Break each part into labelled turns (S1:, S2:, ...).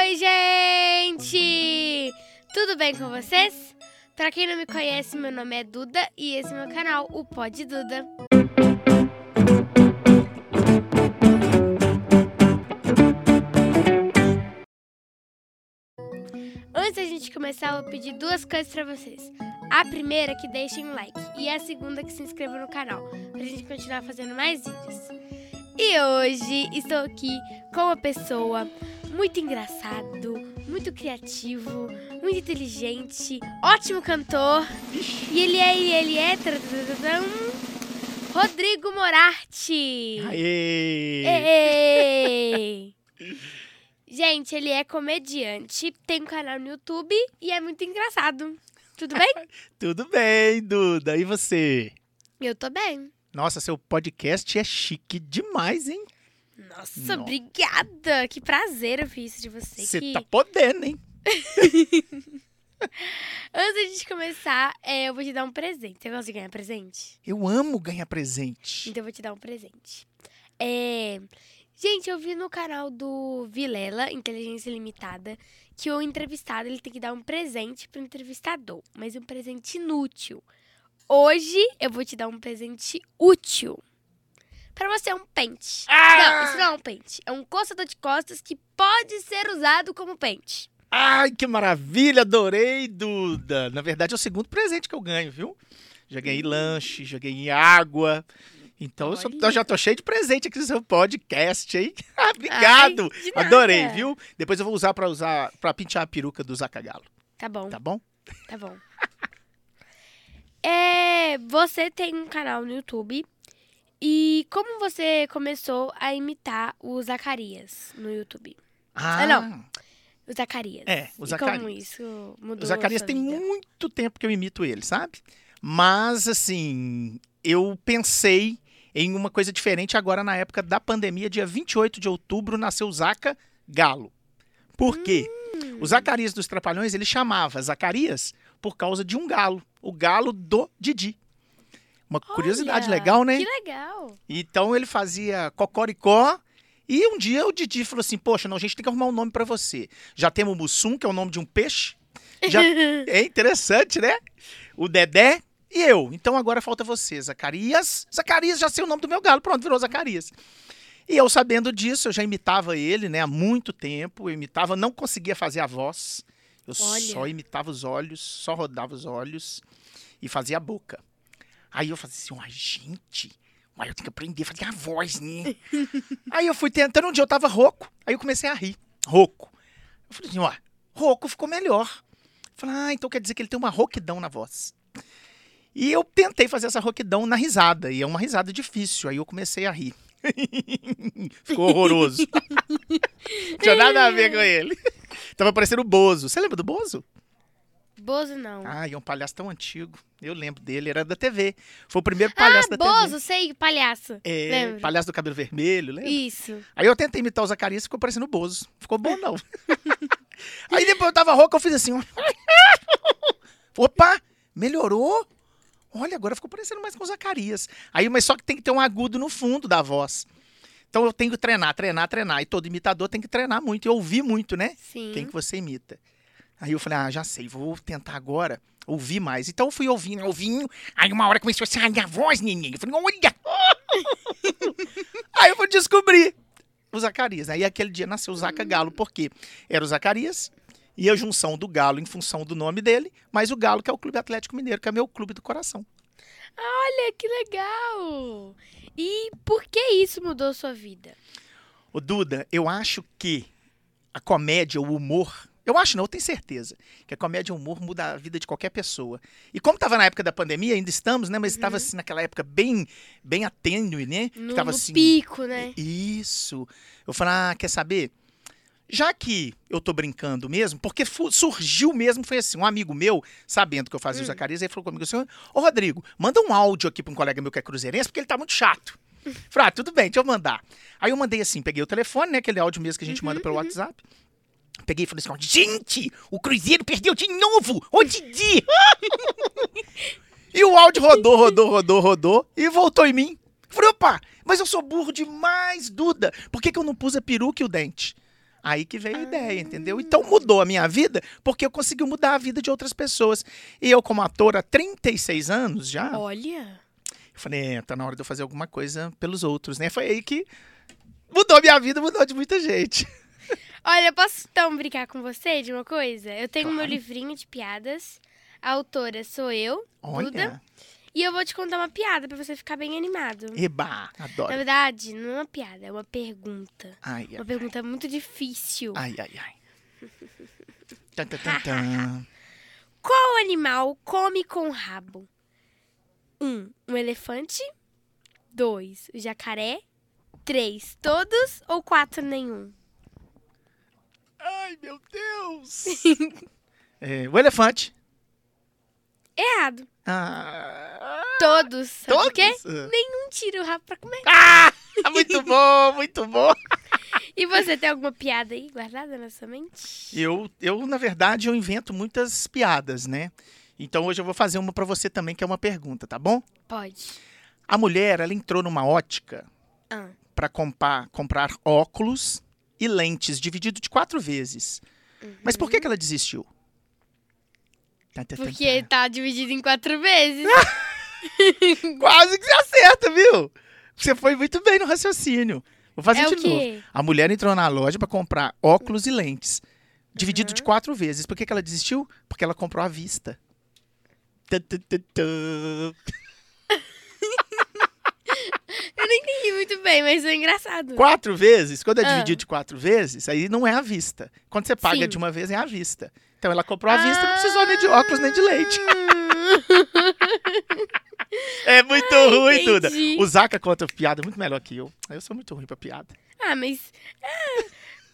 S1: Oi, gente! Tudo bem com vocês? Pra quem não me conhece, meu nome é Duda e esse é meu canal, o Pod Duda. Antes da gente começar, eu vou pedir duas coisas pra vocês. A primeira é que deixem um like e a segunda é que se inscrevam no canal, pra gente continuar fazendo mais vídeos. E hoje estou aqui com uma pessoa muito engraçado, muito criativo, muito inteligente, ótimo cantor. E ele é, e ele é, tadadadam, Rodrigo Morarte.
S2: Aê!
S1: É, Ei! Gente, ele é comediante, tem um canal no YouTube e é muito engraçado. Tudo bem?
S2: Tudo bem, Duda? E você?
S1: Eu tô bem.
S2: Nossa, seu podcast é chique demais, hein?
S1: Nossa,
S2: Nossa.
S1: obrigada! Que prazer ouvir isso de você.
S2: Você
S1: que-
S2: tá podendo, hein?
S1: Antes da gente começar, é, eu vou te dar um presente. Você gosta de ganhar presente?
S2: Eu amo ganhar presente.
S1: Então eu vou te dar um presente. É, Gente, eu vi no canal do Vilela, Inteligência Limitada, que o entrevistado ele tem que dar um presente pro entrevistador, mas um presente inútil. Hoje eu vou te dar um presente útil. Pra você é um pente.
S2: Ah!
S1: Não, isso não é um pente. É um coçador de costas que pode ser usado como pente.
S2: Ai, que maravilha! Adorei, Duda! Na verdade, é o segundo presente que eu ganho, viu? Já ganhei lanche, já ganhei água. Então, eu, sou-
S1: Hum. Olha.
S2: eu já tô cheio de presente aqui no seu podcast, hein? Ah, Obrigado!
S1: Ai, de nada.
S2: Adorei, viu? Depois eu vou usar pra usar para pentear a peruca do Zacagalo,
S1: Tá bom.
S2: tá bom?
S1: Tá bom. É, você tem um canal no YouTube. E como você começou a imitar o Zacarias no YouTube?
S2: Ah,
S1: É, não. O Zacarias.
S2: É, o
S1: E
S2: Zacarias.
S1: como isso mudou
S2: O Zacarias
S1: a sua
S2: tem
S1: vida?
S2: muito tempo que eu imito ele, sabe? Mas, assim, eu pensei em uma coisa diferente agora na época da pandemia, dia 28 de outubro, nasceu o Zaca Galo. Por quê? O Zacarias dos Trapalhões, ele chamava Zacarias por causa de um galo, o galo do Didi. Uma curiosidade
S1: Olha,
S2: legal, né?
S1: Que legal.
S2: Então ele fazia cocoricó. E um dia o Didi falou assim: Poxa, não, a gente tem que arrumar um nome pra você. Já temos o Mussum, que é o nome de um peixe. Já... é interessante, né? O Dedé e eu. Então agora falta você, Zacarias. Zacarias, já sei o nome do meu galo. Pronto, virou Zacarias. E eu sabendo disso, eu já imitava ele, né? Há muito tempo. Eu imitava, não conseguia fazer a voz. Eu
S1: Olha.
S2: só imitava os olhos, só rodava os olhos e fazia a boca. Aí eu fazia assim, uai, gente, uai, eu tenho que aprender a fazer a voz, né? aí eu fui tentando, um dia eu tava rouco, aí eu comecei a rir, rouco. Eu falei assim, ó, rouco ficou melhor. Eu Falei, ah, então quer dizer que ele tem uma rouquidão na voz. E eu tentei fazer essa rouquidão na risada, e é uma risada difícil, aí eu comecei a rir. ficou horroroso. Tinha nada a ver com ele. Tava parecendo o Bozo. Você lembra do Bozo?
S1: Bozo não.
S2: Ah, e é um palhaço tão antigo. Eu lembro dele, era da TV. Foi o primeiro palhaço da TV.
S1: Ah, Bozo, sei, palhaço.
S2: É,
S1: lembro.
S2: palhaço do cabelo vermelho, lembra?
S1: Isso.
S2: Aí eu tentei imitar o Zacarias e ficou parecendo o Bozo. Ficou bom, não. Aí depois eu tava rouca, eu fiz assim. ó. Opa, melhorou. Olha, agora ficou parecendo mais com o Zacarias. Aí, mas só que tem que ter um agudo no fundo da voz. Então eu tenho que treinar, treinar, treinar. E todo imitador tem que treinar muito e ouvir muito, né?
S1: Sim.
S2: quem que você imita. Aí eu falei, ah, já sei, vou tentar agora ouvir mais. Então eu fui ouvindo, ouvindo. Aí uma hora começou a sair a voz, neném. Eu falei, olha! aí eu fui descobrir o Zacarias. Aí aquele dia nasceu o Zaca Galo, porque era o Zacarias e a junção do Galo em função do nome dele, mas o Galo que é o Clube Atlético Mineiro, que é meu clube do coração.
S1: Olha, que legal. E por que isso mudou a sua vida?
S2: Ô Duda, eu acho que a comédia, o humor. Eu acho, não, eu tenho certeza. Que a comédia e o humor muda a vida de qualquer pessoa. E como estava na época da pandemia, ainda estamos, né? Mas estava assim naquela época bem, bem atênue, né? que
S1: Uhum. No,
S2: tava
S1: no
S2: assim.
S1: pico, né?
S2: Isso. Eu falei, ah, quer saber? Já que eu tô brincando mesmo, porque fu- surgiu mesmo, foi assim, um amigo meu, sabendo que eu fazia o
S1: Hum.
S2: Zacarias, ele falou comigo assim, ô Rodrigo, manda um áudio aqui pra um colega meu que é cruzeirense, porque ele tá muito chato. Falei, ah, tudo bem, deixa eu mandar. Aí eu mandei assim, peguei o telefone, né, aquele áudio mesmo que a
S1: Uhum,
S2: gente manda pelo WhatsApp. Peguei e falei assim, ó, gente, o Cruzeiro perdeu de novo, ô Didi! e o áudio rodou, rodou, rodou, rodou, e voltou em mim. Falei, opa, mas eu sou burro demais, Duda. Por que, que eu não pus a peruca e o dente? Aí que veio a ideia, entendeu? Então mudou a minha vida porque eu consegui mudar a vida de outras pessoas. E eu, como ator há 36 anos já, eu
S1: Olha.
S2: falei, é, tá na hora de eu fazer alguma coisa pelos outros, né? Foi aí que mudou a minha vida, mudou de muita gente.
S1: Olha, posso então brincar com você de uma coisa? Eu tenho um meu
S2: Claro.
S1: livrinho de piadas. A autora sou eu.
S2: Olha,
S1: E eu vou te contar uma piada pra você ficar bem animado.
S2: eba,
S1: Na
S2: adoro.
S1: verdade, não é uma piada, é uma pergunta.
S2: Ai,
S1: Uma
S2: ai,
S1: pergunta muito difícil.
S2: ai, ai. ai. Tan, tan, tan, tan.
S1: Qual animal come com o rabo? Um, um elefante. Dois, o jacaré. Três, todos ou quatro, nenhum?
S2: Ai, meu Deus. É, o elefante.
S1: Errado.
S2: Ah,
S1: Todos. Sabe por quê?
S2: todos? Ah.
S1: Nenhum tira o rabo pra comer.
S2: Ah, muito bom, muito bom.
S1: E você tem alguma piada aí guardada na sua mente?
S2: Eu, eu, na verdade, eu invento muitas piadas, né? Então hoje eu vou fazer uma pra você também, que é uma pergunta, tá bom?
S1: Pode.
S2: A mulher, ela entrou numa ótica
S1: Ah.
S2: pra comprar, comprar óculos e lentes, dividido de quatro vezes. Mas por que, que ela desistiu? Tá, tá, tá,
S1: Uhum. Porque tá dividido em quatro vezes.
S2: tá. Quase que você acerta, viu? Você foi muito bem no raciocínio. Vou fazer
S1: é
S2: de
S1: o
S2: novo.
S1: quê?
S2: A mulher entrou na loja pra comprar óculos e lentes, dividido de quatro vezes. Por que, que ela desistiu? Porque ela comprou à vista. Tã, tã, tã, tã.
S1: Eu não entendi muito bem, mas é engraçado.
S2: Quatro vezes? Quando é
S1: Ah.
S2: dividido de quatro vezes, aí não é à vista. Quando você paga
S1: Sim. Ah.
S2: de uma vez, é à vista. Então ela comprou à vista, não precisou nem de óculos nem de leite. É muito ruim, Duda.
S1: Ah, entendi.
S2: O Zaca conta piada muito melhor que eu. Eu sou muito ruim pra piada.
S1: Ah, mas. ah,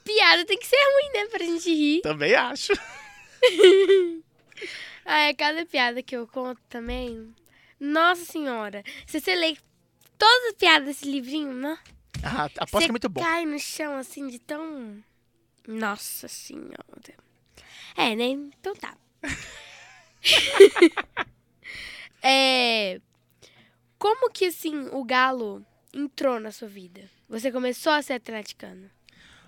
S1: piada tem que ser ruim, né? Pra gente rir.
S2: Também acho.
S1: Ah, é cada piada que eu conto também. Nossa Senhora. Se você lê todas as piadas desse livrinho, não?
S2: Ah, aposto
S1: você
S2: que é muito bom.
S1: cai no chão assim de tão. Nossa Senhora. É, né? Então tá. é. Como que assim o galo entrou na sua vida? Você começou a ser atleticano?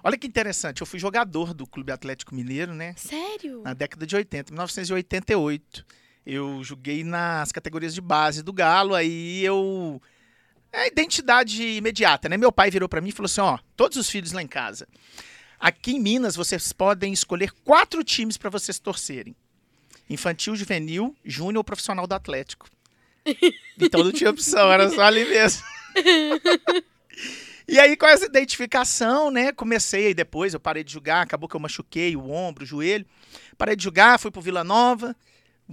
S2: Olha que interessante. Eu fui jogador do Clube Atlético Mineiro, né?
S1: Sério?
S2: Na década de 80, 1988. Eu joguei nas categorias de base do Galo, aí eu. É a identidade imediata, né? Meu pai virou pra mim e falou assim: ó, todos os filhos lá em casa. Aqui em Minas vocês podem escolher quatro times pra vocês torcerem: infantil, juvenil, júnior ou profissional do Atlético. Então não tinha opção, era só ali mesmo. E aí, com essa identificação, né? Comecei aí depois, eu parei de jogar, acabou que eu machuquei o ombro, o joelho. Parei de jogar, fui pro Vila Nova,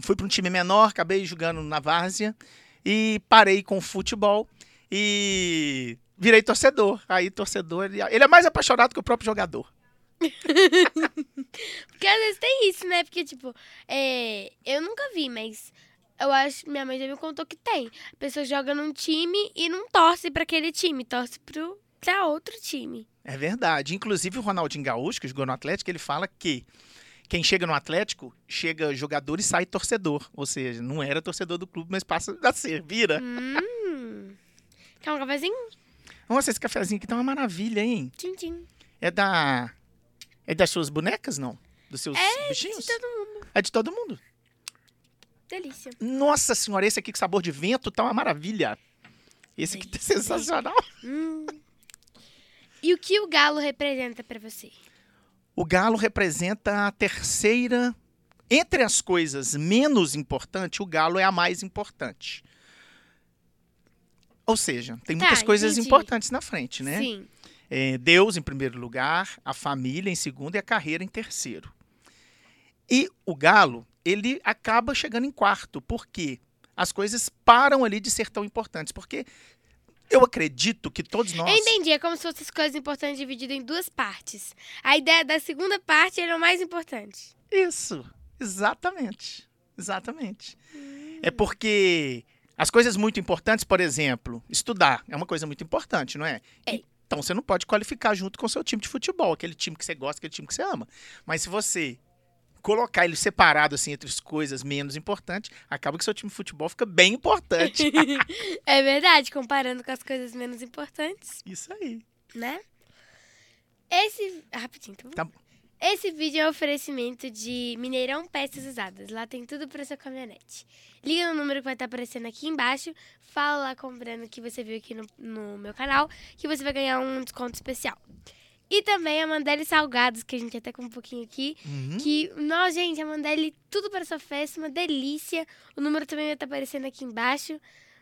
S2: fui para um time menor, acabei jogando na Várzea e parei com o futebol e virei torcedor. Aí torcedor, ele ele é mais apaixonado que o próprio jogador.
S1: Porque às vezes tem isso, né? Porque, tipo, é, eu nunca vi, mas eu acho. Minha mãe já me contou que tem. A pessoa joga num time e não torce pra aquele time, torce pro, pra outro time.
S2: É verdade. Inclusive o Ronaldinho Gaúcho, que jogou no Atlético, ele fala que quem chega no Atlético, chega jogador e sai torcedor. Ou seja, não era torcedor do clube, mas passa a ser, vira.
S1: Hum. Quer um cafezinho?
S2: Nossa, esse cafezinho aqui tá uma maravilha, hein?
S1: Tchim, tchim.
S2: É da. É das suas bonecas, não? Dos seus bichinhos?
S1: É, De todo mundo.
S2: É de todo mundo.
S1: Delícia.
S2: Nossa senhora, esse aqui com sabor de vento tá uma maravilha. Esse aqui tá sensacional.
S1: Hum. E o que o galo representa pra você?
S2: O galo representa a terceira. Entre as coisas menos importantes, o galo é a mais importante. Ou seja, tem
S1: Tá,
S2: muitas coisas
S1: entendi.
S2: importantes na frente, né?
S1: Sim.
S2: É, Deus em primeiro lugar, a família em segundo e a carreira em terceiro. E o galo, ele acaba chegando em quarto, porque as coisas param ali de ser tão importantes. Porque eu acredito que todos nós.
S1: Eu entendi, é como se fossem as coisas importantes divididas em duas partes. A ideia da segunda parte era o mais importante.
S2: Isso, exatamente. Exatamente.
S1: Hum.
S2: É porque as coisas muito importantes, por exemplo, estudar é uma coisa muito importante, não é?
S1: É.
S2: Então você não pode qualificar junto com o seu time de futebol, aquele time que você gosta, aquele time que você ama. Mas se você colocar ele separado assim entre as coisas menos importantes, acaba que seu time de futebol fica bem importante.
S1: É verdade, comparando com as coisas menos importantes,
S2: Isso aí.
S1: né? Esse. Rapidinho, tá bom?
S2: Tá bom.
S1: Esse vídeo é um oferecimento de Mineirão Peças Usadas. Lá tem tudo pra sua caminhonete. Liga no número que vai estar aparecendo aqui embaixo. Fala lá comprando o que você viu aqui no, no meu canal, que você vai ganhar um desconto especial. E também a Mandele Salgados, que a gente até com um pouquinho aqui.
S2: Uhum.
S1: Que, nós, gente, a Mandeli, tudo para sua festa, uma delícia. O número também vai estar aparecendo aqui embaixo.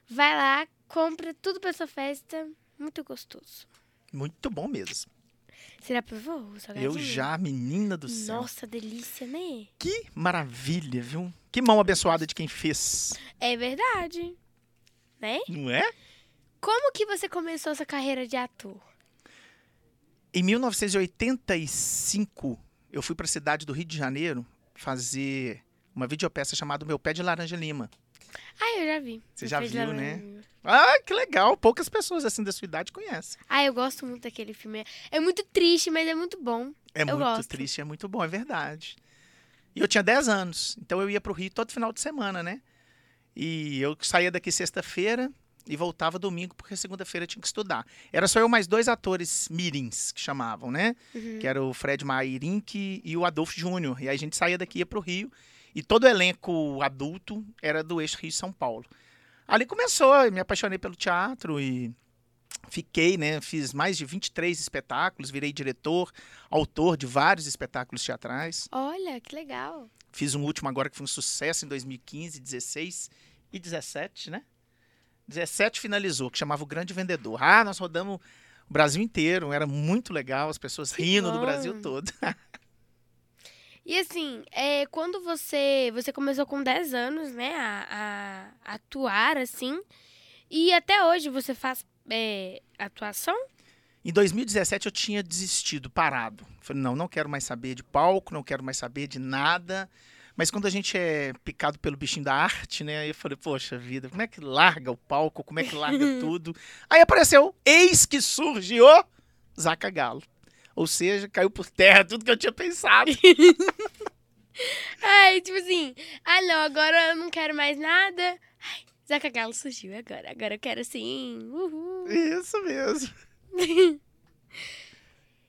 S1: Vai lá, compra tudo para sua festa. Muito gostoso.
S2: Muito bom mesmo.
S1: Será já provou o salgadinho?
S2: Eu já, menina do céu.
S1: Nossa, delícia, né?
S2: Que maravilha, viu? Que mão abençoada de quem fez,
S1: É verdade. Né?
S2: não é?
S1: Como que você começou essa carreira de ator?
S2: Em 1985, eu fui para a cidade do Rio de Janeiro fazer uma videopeça chamada Meu Pé de Laranja Lima.
S1: Ah, eu já vi.
S2: Você
S1: Eu
S2: já
S1: fiz
S2: viu,
S1: lá no-
S2: né? Ah, que legal! Poucas pessoas assim da sua idade conhecem.
S1: Ah, eu gosto muito daquele filme. É muito triste, mas é muito bom.
S2: É
S1: Eu
S2: muito
S1: gosto.
S2: triste, é muito bom, é verdade. E eu tinha 10 anos, então eu ia pro Rio todo final de semana, né? E eu saía daqui sexta-feira e voltava domingo, porque segunda-feira eu tinha que estudar. Era só eu mais dois atores mirins, que chamavam, né?
S1: Uhum.
S2: Que era o Fred Mairink e o Adolfo Júnior. E aí a gente saía daqui ia pro Rio. E todo o elenco adulto era do eixo Rio-São Paulo. Ali começou, eu me apaixonei pelo teatro e fiquei, né? Fiz mais de 23 espetáculos, virei diretor, autor de vários espetáculos teatrais.
S1: Olha, que legal.
S2: Fiz um último agora que foi um sucesso em 2015, 16 e 17, né? 17 finalizou, que chamava O Grande Vendedor. Ah, nós rodamos o Brasil inteiro, era muito legal, as pessoas
S1: Que
S2: rindo do
S1: bom.
S2: Brasil todo.
S1: E assim, é, quando você você começou com 10 anos, né, a, a atuar, assim, e até hoje você faz é, atuação?
S2: Em 2017 eu tinha desistido, parado. Falei, não, não quero mais saber de palco, não quero mais saber de nada. Mas quando a gente é picado pelo bichinho da arte, né? Aí eu falei, poxa vida, como é que larga o palco? Como é que larga tudo? Aí apareceu, eis que surge o Zaca Galo. Ou seja, caiu por terra tudo que eu tinha pensado.
S1: Ai, tipo assim, ah não, agora eu não quero mais nada. Ai, Zaca Galo surgiu agora, agora eu quero sim, uhul.
S2: Isso mesmo.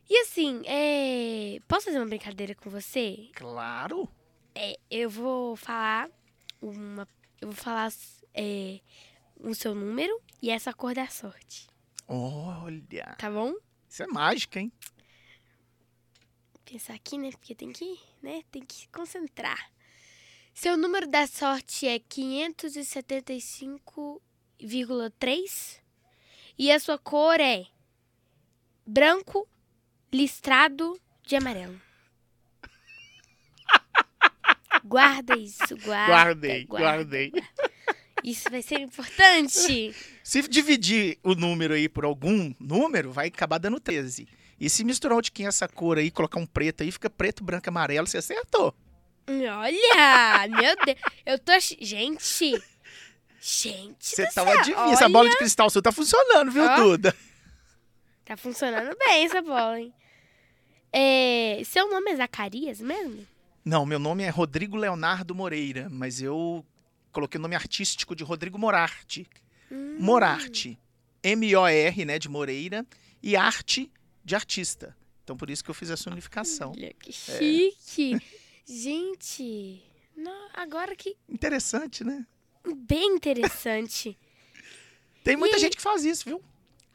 S1: E assim, é, posso fazer uma brincadeira com você?
S2: Claro.
S1: Eu vou falar uma, eu vou falar é, o seu número e essa cor da sorte,
S2: Olha,
S1: tá bom?
S2: isso é mágica, hein?
S1: pensar aqui, né? Porque tem que, né? Tem que se concentrar. Seu número da sorte é 575,3 e a sua cor é branco listrado de amarelo. Guarda isso, guarda.
S2: Guardei,
S1: guarda.
S2: guardei.
S1: Isso vai ser importante.
S2: Se dividir o número aí por algum número, vai acabar dando 13. E se misturar o de quem essa cor aí, colocar um preto aí, fica preto, branco, amarelo, você acertou.
S1: Olha, meu Deus. Eu tô. ach- Gente. Gente.
S2: Você
S1: do
S2: tava
S1: céu,
S2: difícil.
S1: olha.
S2: A bola de cristal sua tá funcionando, viu,
S1: Ó.
S2: Duda?
S1: Tá funcionando bem essa bola, hein? É, seu nome é Zacarias mesmo?
S2: Não, meu nome é Rodrigo Leonardo Moreira, mas eu coloquei o nome artístico de Rodrigo Morarte.
S1: Hum.
S2: Morarte. M-O-R, né, de Moreira, e arte de artista. Então por isso que eu fiz essa unificação.
S1: Olha, que chique. Gente, não, agora que
S2: Interessante, né?
S1: bem interessante.
S2: Tem muita
S1: E-
S2: gente que faz isso, viu?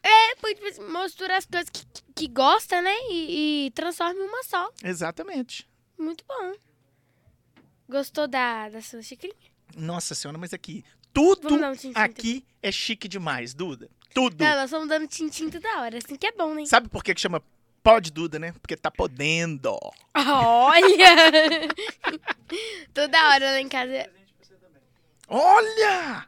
S1: É, pois, pois, mistura as coisas que, que- que gosta, né? E, e transforma em uma só.
S2: Exatamente.
S1: Muito bom. Gostou da, da sua xicrinha?
S2: Nossa senhora, mas aqui. Tudo
S1: Vamos dar um tintinto.
S2: aqui é chique demais, Duda. Tudo.
S1: Não, nós vamos dando tintim toda hora, assim que é bom, né?
S2: Sabe por que que chama pode Duda, né? Porque tá podendo.
S1: Olha! toda hora lá em casa.
S2: Olha!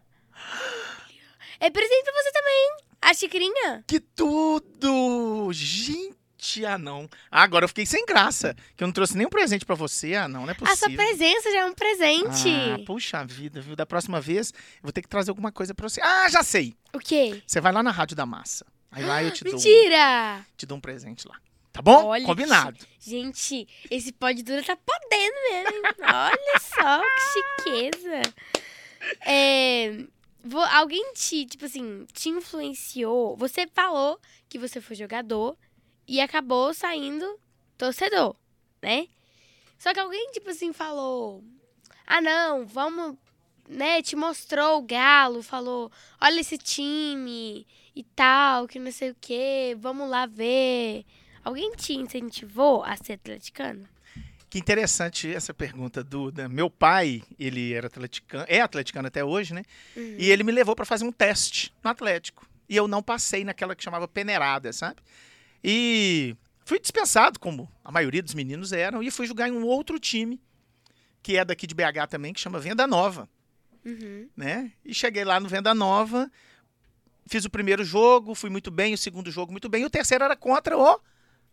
S1: É presente pra você também, hein? A xicrinha?
S2: Que tudo! Gente, ah não. Ah, agora eu fiquei sem graça. Que eu não trouxe nenhum presente pra você. Ah, não, não é
S1: A sua
S2: possível.
S1: presença já é um presente.
S2: Ah, puxa vida, viu? Da próxima vez, eu vou ter que trazer alguma coisa pra você. Ah, já sei!
S1: O quê?
S2: Você vai lá na Rádio da Massa. Aí lá eu te dou, um-
S1: Mentira!
S2: te dou um presente lá. Tá bom?
S1: Olha que-
S2: Combinado.
S1: Gente, esse pó de dura tá podendo mesmo, hein? Olha só que chiqueza. É, vo- alguém te, tipo assim, te influenciou? Você falou que você foi jogador e acabou saindo torcedor, né? Só que alguém, tipo assim, falou: Ah, não, vamos. Né, te mostrou o Galo, falou: Olha esse time e tal, que não sei o quê, vamos lá ver. Alguém te incentivou a ser atleticano?
S2: Que interessante essa pergunta, Duda. Meu pai, ele era atleticano, é atleticano até hoje, né? E ele me levou para fazer um teste no Atlético. E eu não passei naquela que chamava peneirada, sabe? E fui dispensado, como a maioria dos meninos eram, e fui jogar em um outro time, que é daqui de BH também, que chama Venda Nova
S1: Uhum.
S2: né? E cheguei lá no Venda Nova, fiz o primeiro jogo, fui muito bem, o segundo jogo muito bem, e o terceiro era contra o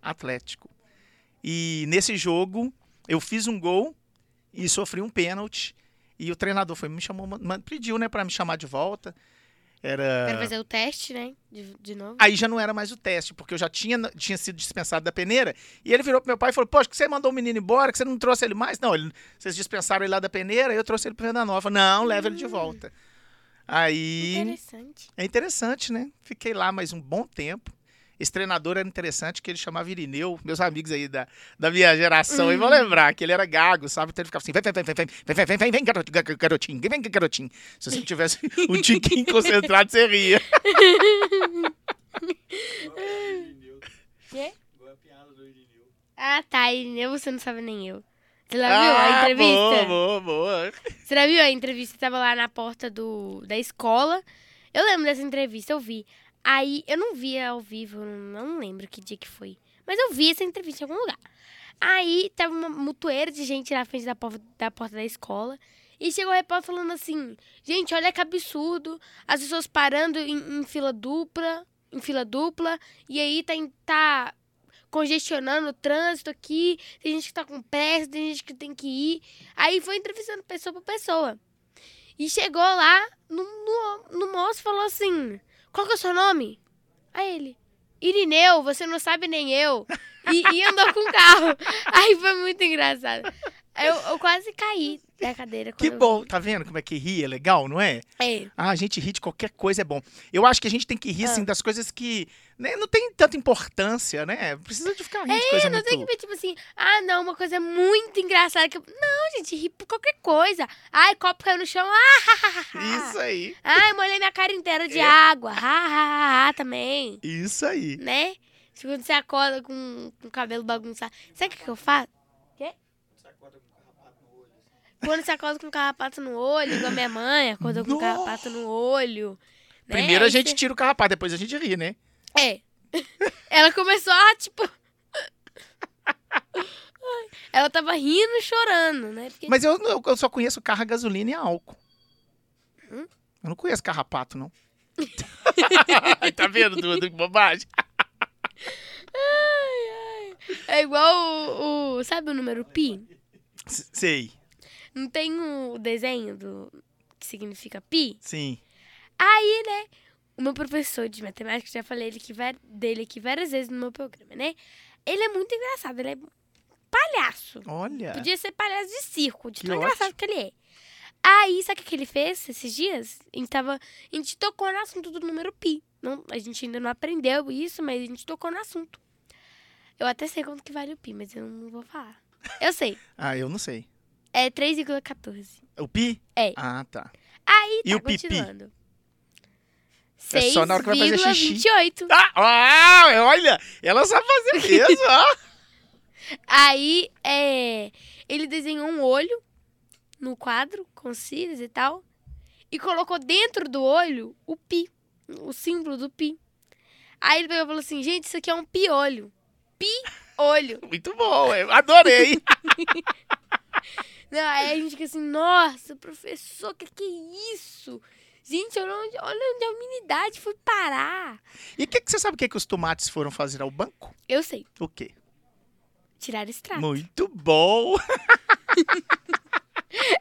S2: Atlético. E nesse jogo eu fiz um gol e sofri um pênalti e o treinador foi me chamou, ma- ma- pediu, né, para me chamar de volta. Era
S1: Pra fazer o teste, né? De, de novo.
S2: Aí já não era mais o teste, porque eu já tinha, tinha sido dispensado da peneira. E ele virou pro meu pai e falou: Poxa, que você mandou o menino embora, que você não trouxe ele mais? Não, ele- vocês dispensaram ele lá da peneira, eu trouxe ele pro Venda Nova. Não, leva ele de volta. Aí.
S1: Interessante.
S2: É interessante, né? Fiquei lá mais um bom tempo. Esse treinador era interessante, que ele chamava Irineu, meus amigos aí da, da minha geração,
S1: Uhum.
S2: aí vão lembrar que ele era gago, sabe? Então ele ficava assim, vem, vem, vem, vem, vem, vem, vem, vem, vem, garoto- ga- ga- garotinho, vem, vem, garotinho. Se você tivesse um tiquinho concentrado, você ria.
S1: Quê? Ah, tá. Irineu, você não sabe nem eu. Você já viu a
S2: ah,
S1: entrevista?
S2: boa, boa, boa.
S1: Você já viu a entrevista? Tava lá na porta do, da escola. Eu lembro dessa entrevista, eu vi. Aí, eu não vi ao vivo, eu não lembro que dia que foi. Mas eu vi essa entrevista em algum lugar. Aí, tava uma mutueira de gente na frente da, por- da porta da escola. E chegou o repórter falando assim, gente, olha que absurdo. As pessoas parando em, em fila dupla, em fila dupla. E aí, tá, em- tá congestionando o trânsito aqui. Tem gente que tá com pressa, tem gente que tem que ir. Aí foi entrevistando pessoa por pessoa. E chegou lá, no, no, no moço falou assim: Qual que é o seu nome? Aí ele: Irineu, você não sabe nem eu. E, e andou com o carro. Aí foi muito engraçado. Eu, eu quase caí da cadeira.
S2: Que
S1: quando eu-
S2: bom. Tá vendo como é que ri? É legal, não é?
S1: É.
S2: Ah, a gente ri de qualquer coisa é bom. Eu acho que a gente tem que rir,
S1: Ah.
S2: assim, das coisas que né, não tem tanta importância, né? Precisa de ficar rindo de coisa
S1: Não
S2: muito...
S1: tem que ver, tipo assim, ah, não, uma coisa muito engraçada. Que... eu-" Não, gente, ri por qualquer coisa. Ai, copo caiu no chão, ah,
S2: Isso É. aí.
S1: ai, molhei minha cara inteira de água, ah, ah, ah, ah, também.
S2: Isso aí.
S1: né? Tipo, quando você acorda com, com o cabelo bagunçado. Sabe o que, que eu faço? Quê? Quando você acorda com um carrapato no olho, igual minha mãe acordou com um
S2: Nossa!
S1: carrapato no olho. né?
S2: É, Primeiro a
S1: Aí
S2: gente tira o carrapato, depois a gente ri, né?
S1: você- É. Ela começou a, tipo... Ai, Ela tava rindo e chorando, né? Porque-
S2: Mas eu, eu- eu só conheço carro a gasolina e a álcool.
S1: Hum?
S2: Eu não conheço carrapato, não. tá vendo, Duda? Que bobagem.
S1: É igual o, o- Sabe o número pi?
S2: S- Sei,
S1: Não tem o desenho do... Que significa pi?
S2: sim.
S1: o meu professor de matemática, já falei ele que vai- dele aqui várias vezes no meu programa, né? Ele é muito engraçado, ele é palhaço.
S2: Olha.
S1: Podia ser palhaço de circo, de
S2: É. Que
S1: tão
S2: ótimo.
S1: engraçado que ele é. Aí, sabe o que que ele fez esses dias? A gente, tava, a gente tocou no assunto do número pi. Não, a gente ainda não aprendeu isso, mas a gente tocou no assunto. Eu até sei quanto que vale o pi, mas eu não vou falar. Eu sei,
S2: Ah, eu não sei.
S1: é 3,14.
S2: O pi?
S1: É.
S2: Ah, tá.
S1: Aí,
S2: E
S1: tá
S2: o pipi?
S1: continuando.
S2: É só na hora que vai fazer xixi.
S1: 6,28.
S2: Ah, ah, olha, ela sabe fazer mesmo, ó.
S1: Aí, é, ele desenhou um olho no quadro, com cílios e tal, e colocou dentro do olho o pi, o símbolo do pi. Aí ele pegou e falou assim, gente, isso aqui é um piolho. Pi-olho.
S2: Muito bom, eu adorei.
S1: Não, aí a gente fica assim, nossa, professor, que que é isso? Gente, olha onde, olha onde a humanidade foi parar.
S2: E o que, que você sabe o que, que os tomates foram fazer ao banco?
S1: Eu sei,
S2: O quê?
S1: tirar extrato.
S2: Muito bom.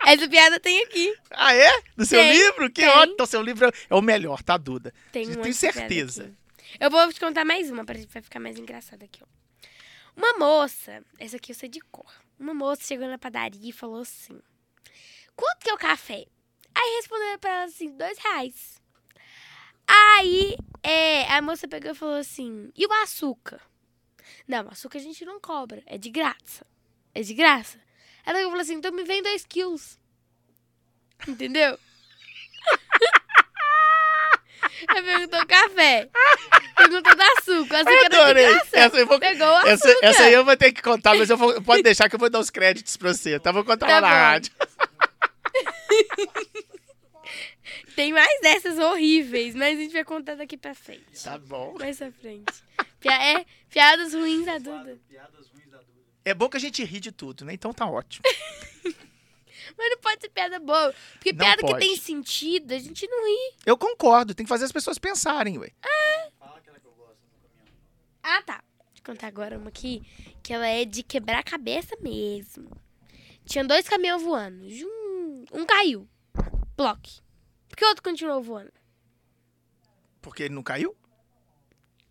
S1: Essa piada tem aqui.
S2: Ah, é? Do seu
S1: Tem,
S2: livro? Que
S1: tem.
S2: ótimo. Então, seu livro é- é o melhor, tá, Duda?
S1: Tem
S2: Eu
S1: um
S2: tenho
S1: monte de piada
S2: certeza.
S1: aqui. Eu vou te contar mais uma, pra vai ficar mais engraçado aqui, ó. Uma moça, essa aqui eu sei de cor. Uma moça chegou na padaria e falou assim: Quanto que é o café? Aí responderam pra ela assim: dois reais. Aí é, a moça pegou e falou assim: E o açúcar? Não, açúcar a gente não cobra, é de graça. É de graça. Ela falou assim: Então me vem dois quilos. Entendeu? Ela perguntou café. Perguntou do açúcar. Açúcar não é de
S2: Adorei.
S1: graça.
S2: Essa eu vou-
S1: Pegou o açúcar.
S2: Essa, essa aí eu vou ter que contar, mas eu vou, pode deixar que eu vou dar os créditos pra você. Tá, vou contar
S1: Tá
S2: lá na
S1: bom.
S2: rádio.
S1: Tem mais dessas horríveis, mas a gente vai contar daqui pra frente.
S2: Tá bom.
S1: Mais pra frente. Pia- é, piadas ruins da Duda.
S3: Piadas ruins da Duda.
S2: É bom que a gente ri de tudo, né? Então tá ótimo.
S1: Mas não pode ser piada boa. Porque
S2: Não
S1: piada que
S2: pode.
S1: tem sentido, a gente não ri.
S2: Eu concordo, tem que fazer as pessoas pensarem, ué.
S3: Fala aquela que eu gosto no caminhão.
S1: Ah, tá. Vou contar agora uma aqui, que ela é de quebrar cabeça mesmo. Tinha dois caminhões voando. Jum. Um caiu. Bloque. Por que o outro continuou voando?
S2: Porque ele não caiu?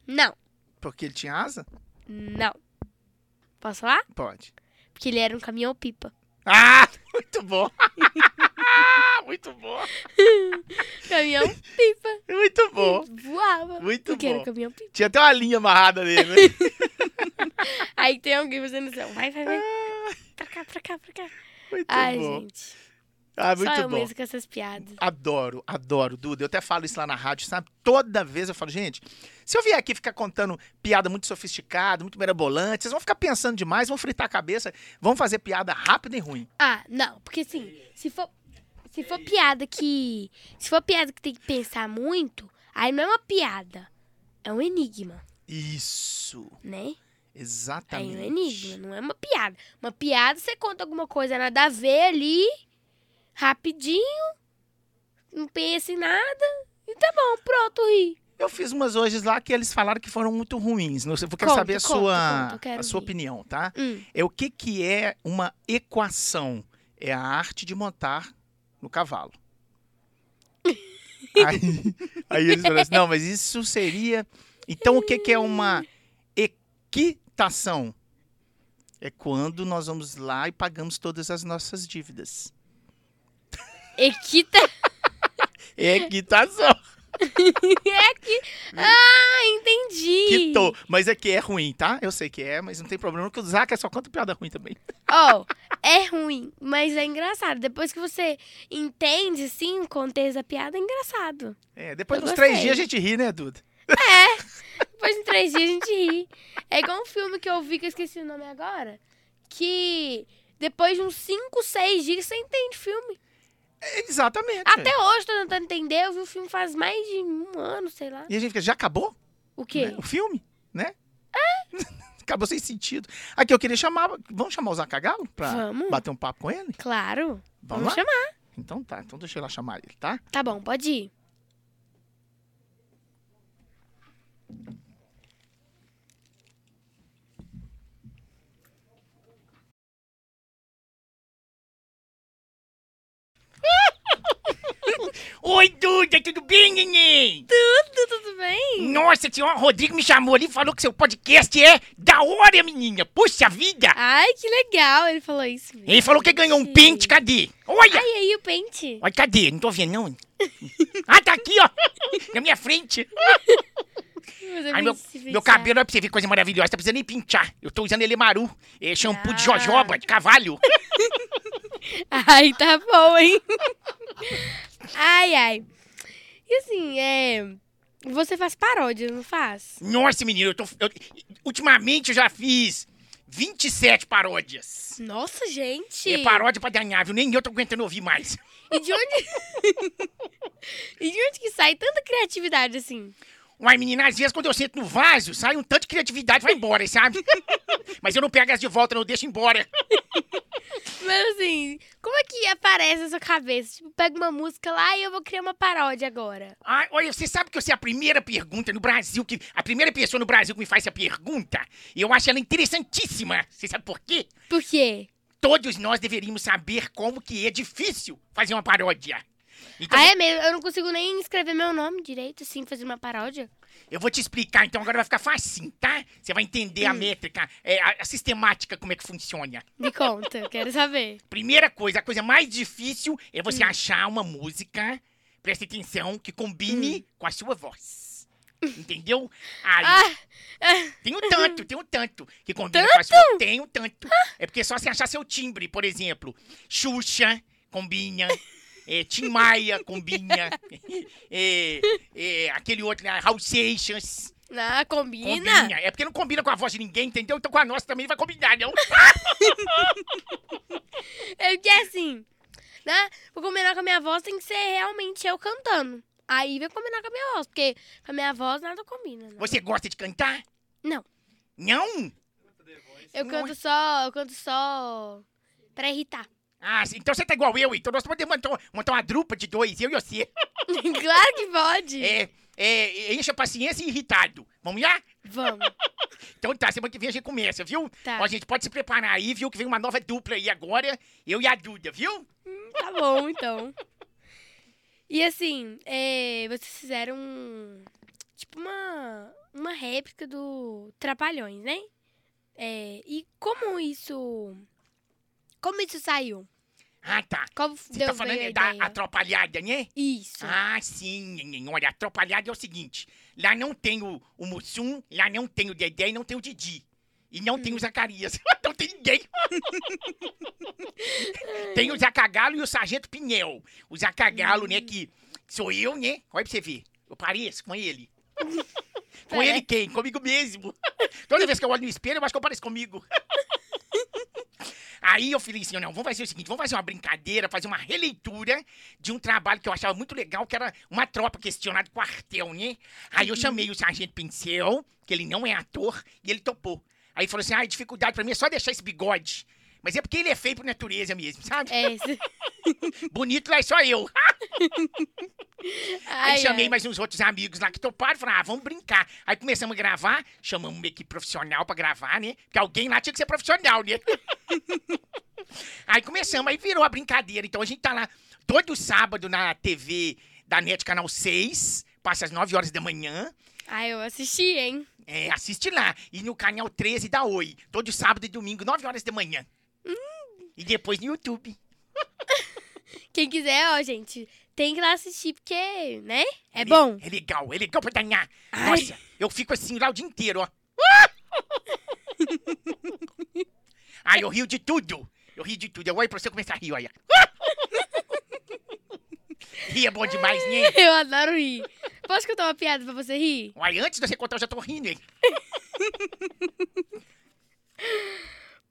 S1: Não.
S2: Porque ele tinha asa?
S1: Não. Posso falar?
S2: Pode.
S1: Porque ele era um caminhão pipa.
S2: Ah, muito bom. muito bom.
S1: Caminhão pipa.
S2: Muito bom.
S1: Voava.
S2: Muito
S1: porque era
S2: bom.
S1: um caminhão pipa.
S2: Tinha até uma linha amarrada nele, né?
S1: Aí tem alguém fazendo assim, ó, vai, vai, vai. Pra cá, pra cá, pra cá.
S2: Ah. Muito
S1: Ai,
S2: bom.
S1: gente.
S2: Ah,
S1: só
S2: muito
S1: eu
S2: bom.
S1: mesmo com essas piadas.
S2: Adoro, adoro, Duda. Eu até falo isso lá na rádio, sabe? Toda vez eu falo, gente, se eu vier aqui ficar contando piada muito sofisticada, muito mirabolante, vocês vão ficar pensando demais, vão fritar a cabeça, vão fazer piada rápida e ruim.
S1: Ah, não, porque assim, se for, se for piada que. Se for piada que tem que pensar muito, aí não é uma piada. É um enigma,
S2: Isso,
S1: né? Aí é um enigma,
S2: exatamente.
S1: não é uma piada. Uma piada você conta alguma coisa nada a ver ali, rapidinho, não pensa em nada, e tá bom, pronto, ri.
S2: Eu fiz umas hoje lá que eles falaram que foram muito ruins. Não sei, eu quero
S1: Conta,
S2: saber a
S1: conta,
S2: sua,
S1: conta, eu quero
S2: a sua
S1: ouvir.
S2: opinião, tá?
S1: Hum.
S2: É o que, que é uma equação? É a arte de montar no cavalo. aí, aí eles falaram assim, não, mas isso seria... Então, o que, que é uma equitação? É quando nós vamos lá e pagamos todas as nossas dívidas.
S1: Equita.
S2: Equitação!
S1: Ah, entendi.
S2: Quitou. Mas é que é ruim, tá? Eu sei que é, mas não tem problema, porque o Zaca só conta piada ruim também.
S1: Ó, é ruim, mas é engraçado. Depois que você entende, sim, o contexto da piada, é engraçado.
S2: É, depois
S1: Eu
S2: dos três
S1: gostei.
S2: dias a gente ri, né, Duda?
S1: Depois de três dias a gente ri. É igual um filme que eu vi, que eu esqueci o nome agora, que depois de uns cinco, seis dias você entende o filme.
S2: Exatamente.
S1: Até hoje eu tô tentando entender, eu vi o filme faz mais de um ano, sei lá.
S2: E a gente fica, já acabou?
S1: O quê? É.
S2: né? O filme, né? Acabou sem sentido. Aqui, eu queria chamar. Vamos chamar o Zacagalo pra
S1: Vamos.
S2: bater um papo com ele?
S1: Claro. Vamos
S2: Vamos, lá?
S1: chamar.
S2: Então tá, então deixa eu ir lá chamar ele, tá?
S1: Tá bom, pode ir.
S2: Oi, Duda, tudo bem, neném?
S1: Tudo, tudo bem?
S2: Nossa senhora, o Rodrigo me chamou ali e falou que seu podcast é da hora, menina. Puxa vida!
S1: Ai, que legal, ele falou isso. mesmo.
S2: Ele falou que ganhou um
S1: Ah, Sim.
S2: pente, cadê? Olha!
S1: Ai, aí o pente.
S2: Olha, cadê? Não tô vendo, não. Ah, tá aqui, ó! Na minha frente!
S1: Mas eu
S2: Ai,
S1: me
S2: meu,
S1: senti
S2: meu
S1: pensar.
S2: cabelo, olha pra você ver que coisa maravilhosa, tá precisando nem pintar. Eu tô usando ele maru, é shampoo de
S1: Ah.
S2: jojoba, de cavalo.
S1: Ai, tá bom, hein? Ai, ai. E assim, é. Você faz paródia, não faz?
S2: Nossa, menino, eu tô. eu- ultimamente eu já fiz 27 paródias.
S1: Nossa, gente!
S2: É paródia pra danar, viu? Nem eu tô aguentando ouvir mais.
S1: E de onde. e de onde que sai tanta criatividade assim?
S2: Uai, menina, às vezes quando eu sento no vaso, sai um tanto de criatividade vai embora, sabe? Mas eu não pego as de volta, não eu deixo embora.
S1: Mas assim, como é que aparece na sua cabeça? Tipo, pega uma música lá e eu vou criar uma paródia agora.
S2: Ai, Ah, olha, você sabe que você é a primeira pergunta no Brasil, que a primeira pessoa no Brasil que me faz essa pergunta, e eu acho ela interessantíssima. Você sabe por quê?
S1: Por quê?
S2: Todos nós deveríamos saber como que é difícil fazer uma paródia. Então,
S1: Ah, é mesmo? Eu não consigo nem escrever meu nome direito, assim, fazer uma paródia.
S2: Eu vou te explicar, então agora vai ficar facinho, tá? Você vai entender a métrica, é, a, a sistemática, como é que funciona.
S1: Me conta, eu quero saber.
S2: Primeira coisa, a coisa mais difícil é você achar uma música, preste atenção, que combine com a sua voz. Entendeu? Aí,
S1: Ah,
S2: tem um tanto, tem um tanto que combina com a sua. Tem um tanto. É porque só se achar seu timbre, por exemplo. Xuxa combina. É, Tim Maia combina. é, é, aquele outro, né? Raul Seixas.
S1: Ah, combina?
S2: Combina. É porque não combina com a voz de ninguém, entendeu? Então com a nossa também vai combinar, não?
S1: É porque assim, né? Pra combinar com a minha voz tem que ser realmente eu cantando. Aí vai combinar com a minha voz, porque com a minha voz nada combina. né?
S2: Você gosta de cantar?
S1: Não.
S2: Não?
S1: Eu canto só, eu canto só pra irritar.
S2: Ah, sim, então você tá igual eu, então nós podemos montar, montar uma drupa de dois, eu e você.
S1: claro que pode.
S2: É, é, enche a paciência e irritado. Vamos lá?
S1: Vamos.
S2: Então tá, semana que vem a gente começa, viu?
S1: Tá.
S2: Ó, gente, pode se preparar aí, viu? Que vem uma nova dupla aí agora, eu e a Duda, viu?
S1: Tá bom, então. E assim, é, vocês fizeram um- tipo uma, uma réplica do Trapalhões, né? É, e como isso. Como isso saiu?
S2: Ah, tá.
S1: Como
S2: Você
S1: deu
S2: tá
S1: veio
S2: falando
S1: a
S2: é da
S1: ideia?
S2: atrapalhada, né?
S1: Isso.
S2: Ah, sim, nhenhen. olha, atrapalhada é o seguinte: lá não tem o, o Mussum, lá não tem o Dedé e não tem o Didi. E não tem o Zacarias. não tem ninguém. tem o Zacagalo e o Sargento Pinel. O Zacagalo, né, que sou eu, né? Olha pra você ver. Eu pareço com ele. com ele quem? Comigo mesmo. Toda vez que eu olho no espelho, eu acho que eu pareço comigo. Aí eu falei assim, não, vamos fazer o seguinte, vamos fazer uma brincadeira, fazer uma releitura de um trabalho que eu achava muito legal, que era uma tropa questionada quartel, né? Aí eu chamei o Sargento Pincel, que ele não é ator, e ele topou. Aí falou assim, ah, a dificuldade pra mim é só deixar esse bigode. Mas é porque ele é feio por natureza mesmo, sabe?
S1: É, se-
S2: Bonito lá é só eu. Aí
S1: Ai,
S2: chamei
S1: ai.
S2: mais uns outros amigos lá que toparam, falaram, ah, vamos brincar. Aí começamos a gravar, chamamos uma equipe profissional pra gravar, né? Porque alguém lá tinha que ser profissional, né? aí começamos, aí virou a brincadeira. Então a gente tá lá todo sábado na TV da NET Canal 6, passa às 9 horas da manhã,
S1: Ai, eu assisti, hein?
S2: é, assiste lá. E no canal 13 da Oi, todo sábado e domingo, 9 horas da manhã.
S1: Hum.
S2: E depois no YouTube.
S1: Quem quiser, ó, gente, tem que ir lá assistir, porque, né? É
S2: Le-
S1: bom.
S2: É legal, é legal pra ganhar.
S1: Ai.
S2: Nossa, eu fico assim lá o dia inteiro, ó. Ai, eu rio de tudo. Eu rio de tudo. Eu olho pra você começar a rir, olha. Rir é bom demais, né?
S1: Eu adoro rir. Posso contar uma piada pra você rir?
S2: Uai, antes de você contar, eu já tô rindo, hein?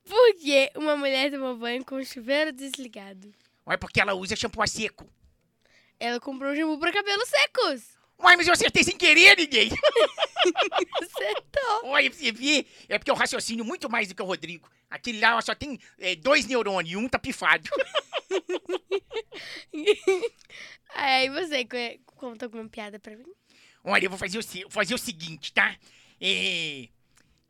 S1: Por que uma mulher tomou banho com o chuveiro desligado?
S2: Uai, porque ela usa shampoo a seco.
S1: Ela comprou um shampoo pra cabelos secos.
S2: Uai, mas eu acertei sem querer, ninguém.
S1: é Acertou.
S2: Olha, pra você ver, é porque eu raciocínio muito mais do que o Rodrigo. Aquele lá ó, só tem é, dois neurônios e um tá pifado.
S1: Aí você co- conta alguma piada pra mim?
S2: Olha, eu vou fazer o, se- fazer o seguinte, tá? É,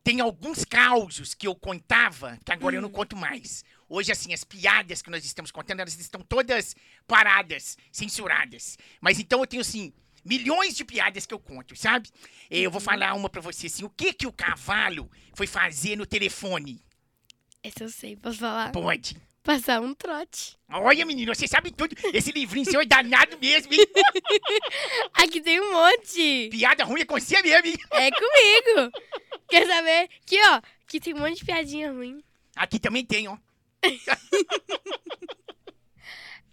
S2: tem alguns causos que eu contava, que agora eu não conto mais. Hoje, assim, as piadas que nós estamos contando, elas estão todas paradas, censuradas. Mas então eu tenho, assim, milhões de piadas que eu conto, sabe? É, Eu vou falar uma pra você, assim, o que que o cavalo foi fazer no telefone?
S1: Essa eu sei, posso falar?
S2: Pode.
S1: Passar um trote.
S2: Olha, menino, você sabe tudo. Esse livrinho seu é danado mesmo, hein?
S1: Aqui tem um monte.
S2: Piada ruim é com você mesmo, hein?
S1: É comigo. Quer saber? Aqui, ó. Aqui tem um monte de piadinha ruim.
S2: Aqui também tem, ó.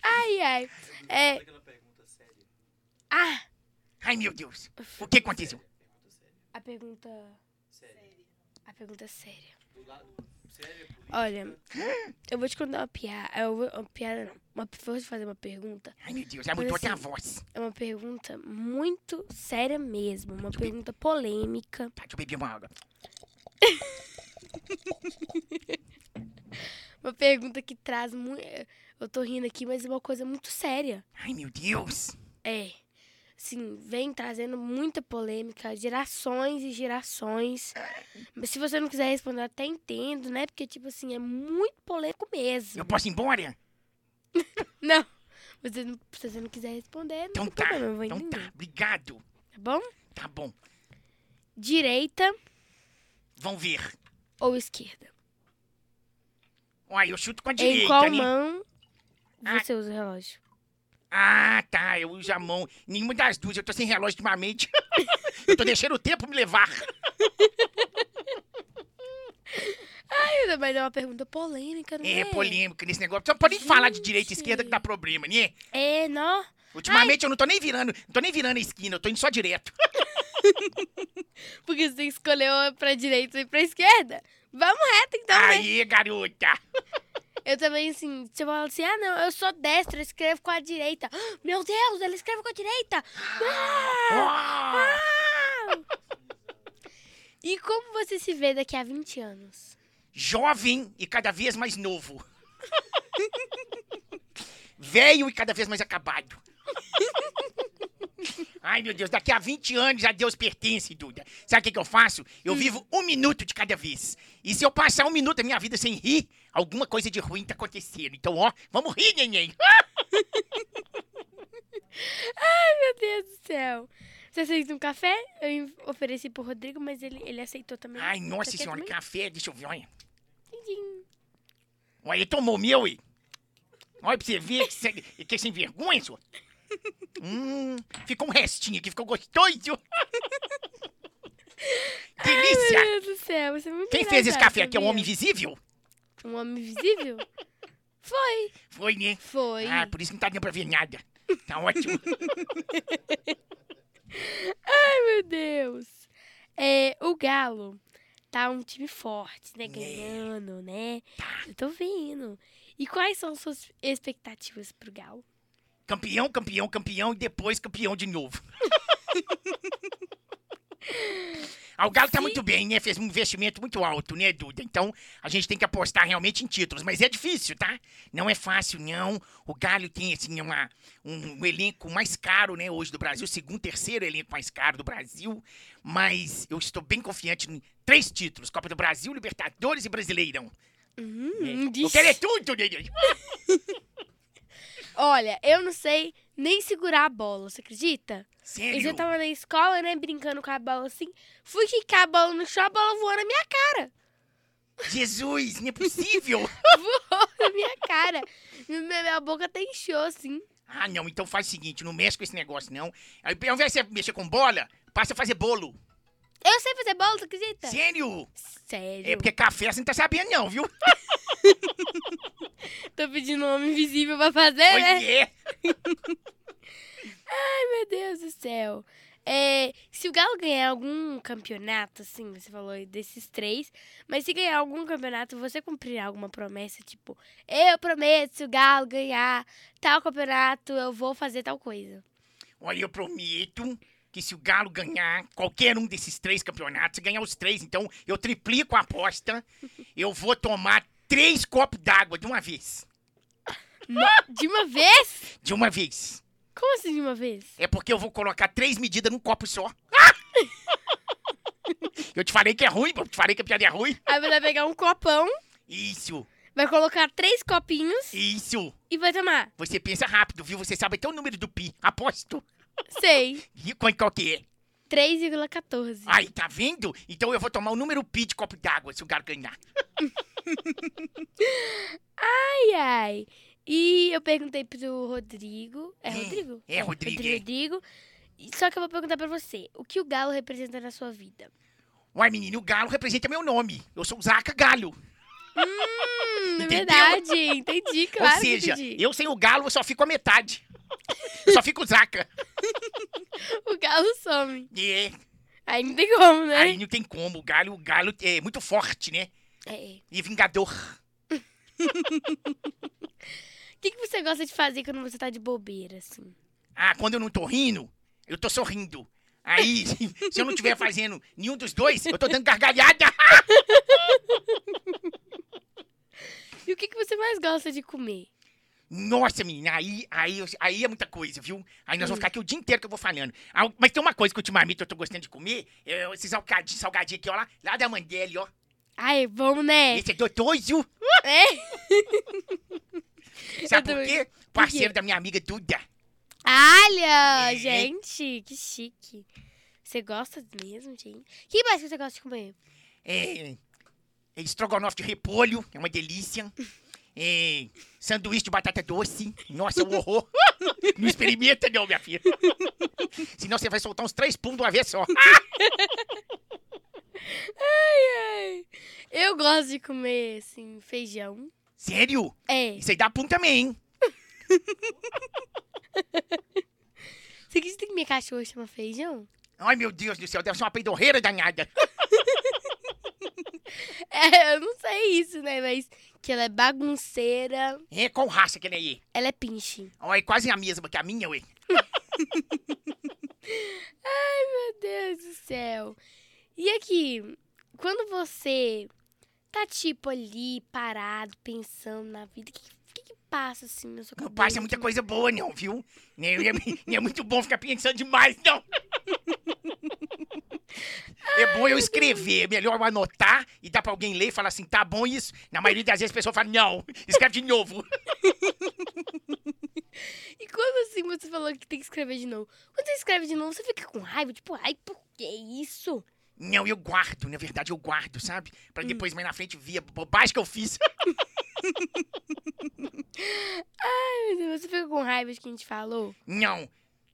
S1: Ai, ai. É.
S3: Sabe aquela pergunta séria?
S1: Ah,
S2: Ai, meu Deus. O que aconteceu?
S3: Pergunta séria.
S1: a pergunta...
S3: Séria.
S1: A pergunta séria.
S3: Do lado. Séria, política.
S1: Olha, eu vou te contar uma piada. Eu vou... Uma piada, não. Uma... Vou te fazer uma pergunta.
S2: Ai, meu Deus, ela mudou
S1: Mas
S2: até a
S1: assim-
S2: voz.
S1: É uma pergunta muito séria mesmo. Uma pergunta polêmica.
S2: Tá, deixa eu beber uma água.
S1: Uma pergunta que traz muito. Eu tô rindo aqui, mas é uma coisa muito séria.
S2: Ai, meu Deus.
S1: É. Assim, vem trazendo muita polêmica, gerações e gerações. Mas se você não quiser responder, eu até entendo, né? Porque, tipo assim, é muito polêmico mesmo.
S2: Eu posso ir embora?
S1: Não. Você não, se você não quiser responder, não
S2: Então
S1: tem
S2: tá.
S1: problema, eu vou
S2: Então
S1: entender.
S2: tá. Obrigado.
S1: Tá bom?
S2: Tá bom.
S1: direita
S2: Vão ver.
S1: ou esquerda?
S2: Olha, eu chuto com a
S1: em
S2: direita,
S1: qual
S2: né?
S1: É mão
S2: Ah.
S1: você usa o relógio?
S2: Ah, tá. Eu uso a mão. Nenhuma das duas. Eu tô sem relógio ultimamente. eu tô deixando o tempo me levar.
S1: Ainda mais é uma pergunta polêmica, não é?
S2: É polêmica nesse negócio. Você não pode nem falar de direita e esquerda que dá problema, né?
S1: É, não.
S2: Ultimamente eu não tô nem virando, não tô nem virando a esquina, eu tô indo só direto.
S1: Porque você tem que escolher ou pra direita e pra esquerda. Vamos reto, então, né?
S2: Aê, garota!
S1: Eu também, assim, se eu falar assim, ah, não, eu sou destra, eu escrevo com a direita. Ah, Meu Deus, ela escreve com a direita! Ah.
S2: Ó,
S1: E como você se vê daqui a 20 anos?
S2: jovem e cada vez mais novo. Velho e cada vez mais acabado. Ai, meu Deus, daqui a 20 anos a Deus pertence, Duda. Sabe o que, que eu faço? Eu vivo um minuto de cada vez. E se eu passar um minuto da minha vida sem rir, alguma coisa de ruim tá acontecendo. Então, ó, vamos rir, neném.
S1: Meu Deus do céu. Você aceita um café? Eu in- ofereci pro Rodrigo, mas ele, ele aceitou também.
S2: Ai, nossa
S1: Você quer
S2: senhora,
S1: também?
S2: café, deixa eu ver, olha.
S1: Din, din.
S2: Olha, ele tomou o meu, e Olha pra você ver que, cê- que é sem vergonha, senhor. Hum, ficou um restinho aqui, ficou gostoso.
S1: Meu
S2: Delícia!
S1: Deus do céu, você é muito
S2: Quem fez esse
S1: engraçado,
S2: café aqui é um
S1: sabia?
S2: homem invisível?
S1: Um homem invisível? Foi.
S2: Foi, né?
S1: Foi.
S2: Ah, por isso que não tá dando pra ver nada. Tá ótimo.
S1: Meu Deus. É, o Galo tá um time forte, né? Ganhando, né? Eu tô vendo. E quais são suas expectativas pro Galo?
S2: Campeão, campeão, campeão e depois campeão de novo. Ah, o Galo tá muito bem, né? Fez um investimento muito alto, né, Duda? Então, a gente tem que apostar realmente em títulos. Mas é difícil, tá? Não é fácil, não. O Galo tem, assim, uma, um, um elenco mais caro, né, hoje do Brasil. Segundo, terceiro elenco mais caro do Brasil. Mas eu estou bem confiante em três títulos. Copa do Brasil, Libertadores e Brasileirão.
S1: Hum,
S2: Eu
S1: diz-
S2: quero é tudo, neném.
S1: Olha, eu não sei nem segurar a bola, você acredita?
S2: Sério.
S1: Eu já tava na escola, né? Brincando com a bola assim. Fui quicar a bola no chão, a bola voou na minha
S2: Jesus, não é possível.
S1: cara. na minha cara. Minha, minha boca até inchou, assim.
S2: Ah, não, então faz o seguinte, não mexe com esse negócio, não. Aí, ao invés de você mexer com bola, passa a fazer bolo.
S1: Eu sei fazer bola, você acredita?
S2: Sério?
S1: Sério.
S2: É porque café você não tá sabendo, não, viu?
S1: Tô pedindo um homem invisível pra fazer,
S2: Pois
S1: né?
S2: é.
S1: Meu Deus do céu. É, se o Galo ganhar algum campeonato, assim, você falou aí desses três, mas se ganhar algum campeonato, você cumprirá alguma promessa? Tipo, eu prometo, se o Galo ganhar tal campeonato, eu vou fazer tal coisa.
S2: Olha, eu prometo que se o Galo ganhar qualquer um desses três campeonatos, se ganhar os três, então eu triplico a aposta, eu vou tomar três copos d'água de uma vez.
S1: No- de uma vez?
S2: De uma vez.
S1: Como assim de uma vez?
S2: É porque eu vou colocar três medidas num copo só. Eu te falei que é ruim, eu te falei que a piada é ruim.
S1: Aí você vai pegar um copão,
S2: Isso,
S1: vai colocar três copinhos
S2: isso.
S1: e vai tomar.
S2: Você pensa rápido, viu? Você sabe até o número do pi. Aposto.
S1: Sei,
S2: E qual, qual que é?
S1: 3,14.
S2: Aí, tá vendo? Então eu vou tomar o número pi de copo d'água se o galo ganhar.
S1: Ai, ai. E eu perguntei pro Rodrigo. É
S2: Hum,
S1: Rodrigo?
S2: é Rodrigo, é.
S1: Rodrigo. E Só que eu vou perguntar pra você: o que o galo representa na sua vida?
S2: Uai, menino, o galo representa meu nome. Eu sou o Zaca Galho.
S1: Hum, é
S2: Entendeu?
S1: verdade. Entendi, claro.
S2: Ou seja,
S1: que entendi.
S2: eu sem o galo eu só fico a metade. Eu só fico o Zaca.
S1: O galo some.
S2: É,
S1: Aí não tem como, né?
S2: aí não tem como. O galo, o galo é muito forte, né?
S1: É.
S2: E vingador.
S1: O que, que você gosta de fazer quando você tá de bobeira, assim?
S2: Ah, quando eu não tô rindo, eu tô sorrindo. Aí, se eu não estiver fazendo nenhum dos dois, eu tô dando gargalhada.
S1: E o que, que você mais gosta de comer?
S2: Nossa, menina, aí, aí, eu- aí é muita coisa, viu? Aí nós vamos ficar aqui o dia inteiro que eu vou falando. Ah, Mas tem uma coisa que ultimamente eu tô gostando de comer, é esses alcadinhos, salgadinhos aqui, ó, lá, lá da Mandelli, ó.
S1: Ai, é bom, né?
S2: Esse é gostoso.
S1: É?
S2: Sabe
S1: Eu
S2: por
S1: também.
S2: quê? Parceiro da minha amiga Duda.
S1: Olha,
S2: É.
S1: gente, que chique. Você gosta mesmo, gente? Que mais que você gosta de comer?
S2: É, é estrogonofe de repolho, é uma delícia. É, sanduíche de batata doce, nossa, é um horror. Não experimenta não, minha filha. Senão você vai soltar uns três pum de uma vez só.
S1: Ai, ai. Eu gosto de comer, assim, feijão.
S2: Sério?
S1: É.
S2: Isso aí dá pum também, hein?
S1: Você acredita que minha cachorra chama feijão?
S2: Ai, meu Deus do céu, deve ser uma peidorreira danada.
S1: É, eu não sei isso, né? Mas que ela é bagunceira,
S2: É, qual raça que ele é aí?
S1: ela é pinche.
S2: Ó, é quase a mesma que a minha, ué.
S1: Meu Deus do céu. E aqui, quando você tá, tipo, ali, parado, pensando na vida, o que, que que passa, assim, na sua
S2: Não
S1: cabeça?
S2: passa muita coisa boa, não, viu? Nem nem é, nem é muito bom ficar pensando demais, não. É bom eu escrever, é melhor eu anotar e dar pra alguém ler e falar assim, tá bom isso? Na maioria das vezes a pessoa fala, não, escreve de novo.
S1: E quando, assim, você falou que tem que escrever de novo? Quando você escreve de novo, você fica com raiva, tipo, ai, por que isso?
S2: Não, eu guardo, na verdade eu guardo, sabe? Pra depois mais na frente ver a bobagem que eu fiz.
S1: Ai, meu Deus, você fica com raiva de que a gente falou?
S2: Não.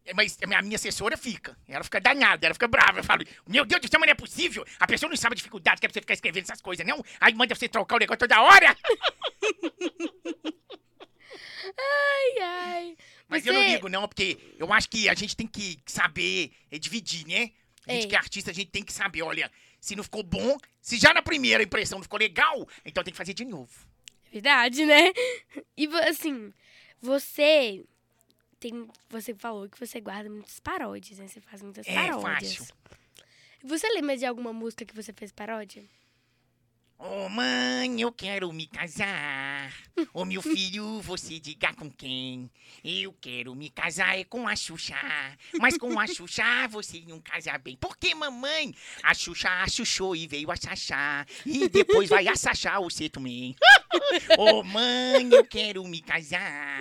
S2: É, Mas a minha assessora fica. Ela fica danada, ela fica brava. Eu falo, meu Deus do céu, mas não é possível. A pessoa não sabe a dificuldade que é pra você ficar escrevendo essas coisas, não? Aí manda você trocar o negócio toda hora.
S1: Ai, ai.
S2: Mas eu não ligo, não, porque eu acho que a gente tem que saber é, dividir, né? A gente
S1: É.
S2: que é artista, a gente tem que saber, olha, se não ficou bom, se já na primeira impressão não ficou legal, então tem que fazer de novo.
S1: Verdade, né? E vo- assim, você tem, você falou que você guarda muitas paródias, né? Você faz muitas
S2: É,
S1: paródias.
S2: fácil.
S1: Você lembra de alguma música que você fez paródia?
S2: Ô mãe, eu quero me casar. Ô meu filho, você diga com quem? Eu quero me casar é com a Xuxa. Mas com a Xuxa você não casa bem. Por que, mamãe? A Xuxa a Xuxou e veio a Xaxá. E depois vai a Xaxá você também. Ô mãe, eu quero me casar.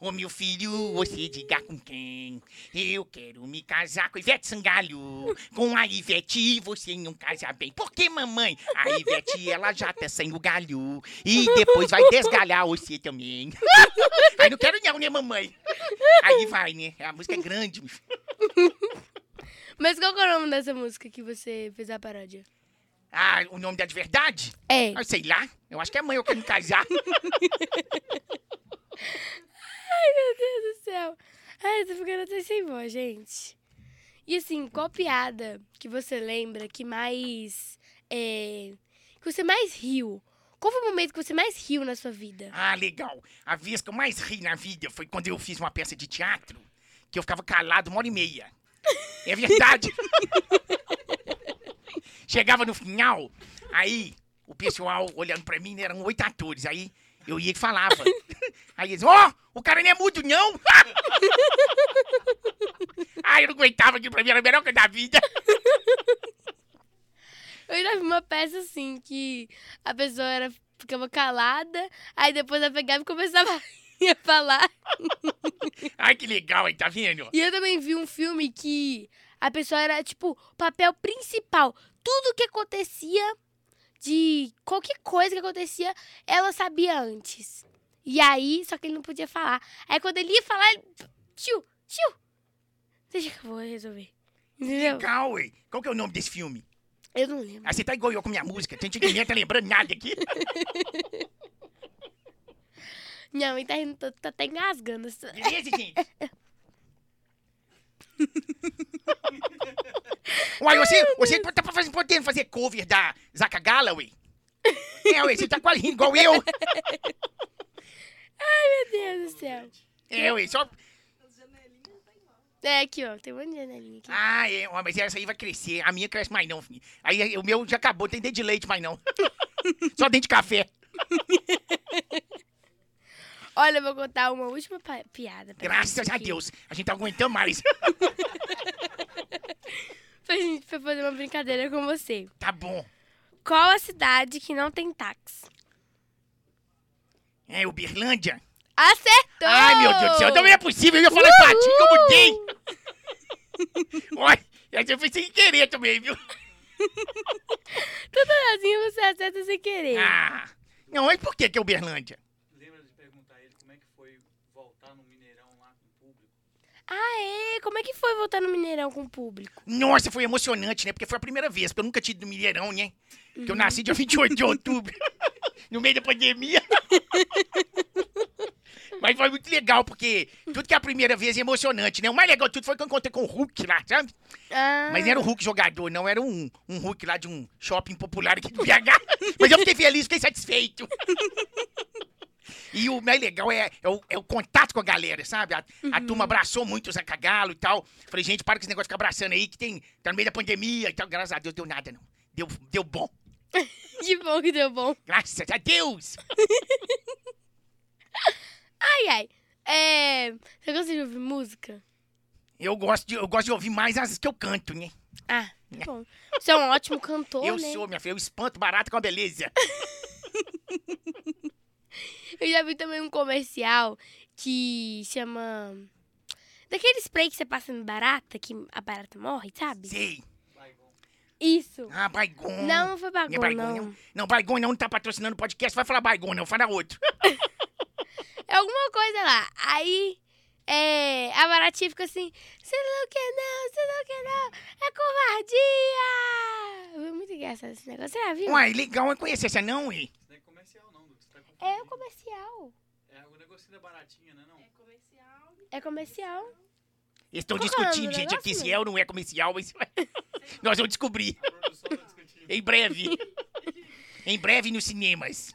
S2: Ô meu filho, você diga com quem? Eu quero me casar com a Ivete Sangalho. Com a Ivete você não casa bem. Por que, mamãe? A Ivete, ela já tá sem o galho. E depois vai desgalhar você também. Aí não quero não, né, mamãe? Aí vai, né? A música é grande. meu filho.
S1: Mas qual que é o nome dessa música que você fez a paródia?
S2: Ah, o nome da de verdade?
S1: É.
S2: Ah, sei lá. Eu acho que é mãe, eu quero me casar.
S1: Meu Deus do céu. Ai, eu tô ficando até sem voz, gente. E assim, qual piada que você lembra que mais. É, que você mais riu? Qual foi o momento que você mais riu na sua vida?
S2: Ah, legal. A vez que eu mais ri na vida foi quando eu fiz uma peça de teatro que eu ficava calado uma hora e meia. É verdade. Chegava no final, aí o pessoal olhando pra mim, né, eram oito atores, aí eu ia e falava. Aí eles, ó, o cara não é mudo não. ah, eu não aguentava aquilo pra mim, era a melhor coisa da vida.
S1: Eu já vi uma peça assim, que a pessoa era, ficava calada, aí depois ela pegava e começava a falar.
S2: Ai, que legal, aí, tá vendo?
S1: E eu também vi um filme que a pessoa era, tipo, o papel principal. Tudo que acontecia, de qualquer coisa que acontecia, ela sabia antes. E aí, só que ele não podia falar. Aí quando ele ia falar, ele... Tio, tio, deixa que eu vou resolver. Entendeu?
S2: Legal, ué. Qual que é o nome desse filme?
S1: Eu não lembro.
S2: Aí você tá igual eu com minha música, tem gente que nem tá lembrando nada aqui.
S1: Minha mãe tá rindo, tá, tá até engasgando.
S2: Beleza, gente? Uai, você, você tá pra fazer- podendo fazer cover da Zaca Galloway? É, ué, você tá quase rindo igual eu.
S1: Meu Deus do céu.
S2: É, ué, só...
S1: É, aqui, ó. Tem um monte de janelinha aqui.
S2: Ah, é, ó, mas essa aí vai crescer. A minha cresce mais não, filho. Aí aí, o meu já acabou, não tem dente de leite mais não. Só dente de café.
S1: Olha, eu vou contar uma última pa- piada. pra
S2: Graças
S1: gente
S2: a
S1: aqui.
S2: Deus, a gente tá aguentando mais.
S1: Pra gente pra fazer uma brincadeira com você.
S2: Tá bom.
S1: Qual a cidade que não tem táxi?
S2: É, Uberlândia.
S1: Acertou!
S2: Então Ai, meu Deus do céu, não é possível. Eu ia falar patinho, eu mudei. Olha, Essa eu fiz sem querer também, viu?
S1: Sozinho você acerta sem querer.
S2: Ah! Não, mas por que que é Uberlândia?
S3: Lembra de perguntar a ele como é que foi voltar no Mineirão lá com o público?
S1: Aê, como é que foi voltar no Mineirão com o público?
S2: Nossa, foi emocionante, né? Porque foi a primeira vez, porque eu nunca tive no Mineirão, né? Porque eu nasci dia 28 de outubro, no meio da pandemia. Mas foi muito legal, porque tudo que é a primeira vez é emocionante, né? O mais legal de tudo foi que eu encontrei com o Hulk lá, sabe?
S1: Ah,
S2: Mas não era o Hulk jogador, não. Era um, um Hulk lá de um shopping popular aqui do BH. Mas eu fiquei feliz, fiquei satisfeito. E o mais legal é, é, o, é o contato com a galera, sabe? A, a
S1: Uhum.
S2: turma abraçou muito o Zacagalo e tal. Falei, gente, para com esse negócio de ficar abraçando aí, que tem, tá no meio da pandemia e tal. Graças a Deus, deu nada, não. Deu, deu bom.
S1: que bom que deu bom.
S2: Graças a Deus.
S1: Ai, ai. É, você gosta de ouvir música?
S2: Eu gosto de, eu gosto de ouvir mais as que eu canto, né?
S1: Ah, tá bom. Você é um ótimo cantor,
S2: eu
S1: né?
S2: sou, minha filha, eu espanto barato com a beleza.
S1: Eu já vi também um comercial que chama... Daquele spray que você passa em barata, que a barata morre, sabe?
S2: Sei.
S3: Baigon.
S1: Isso.
S2: Ah, Baigon.
S1: Não, não foi
S2: Não é
S1: bagulho,
S2: Baigon,
S1: não.
S2: não. Não, Baigon não tá patrocinando o podcast. Vai falar Baigon, não. Fala outro.
S1: É alguma coisa lá. Aí é, a Baratinha fica assim: você não quer não, você não quer não, é covardia! Foi muito engraçado esse negócio, você já viu?
S2: Uai, legal. Eu conheço essa não, e
S3: Isso não é comercial, não, Dudu. Você tá confundindo.
S1: É comercial.
S3: É o negocinho da baratinha, né? Não?
S4: É comercial.
S1: É comercial.
S2: Estão
S1: Qual que é o nome
S2: discutindo,
S1: do
S2: gente, aqui
S1: negócio?
S2: se é ou não é comercial, mas nós vamos descobrir.
S3: A produção tá discutindo.
S2: Em breve. em breve nos cinemas.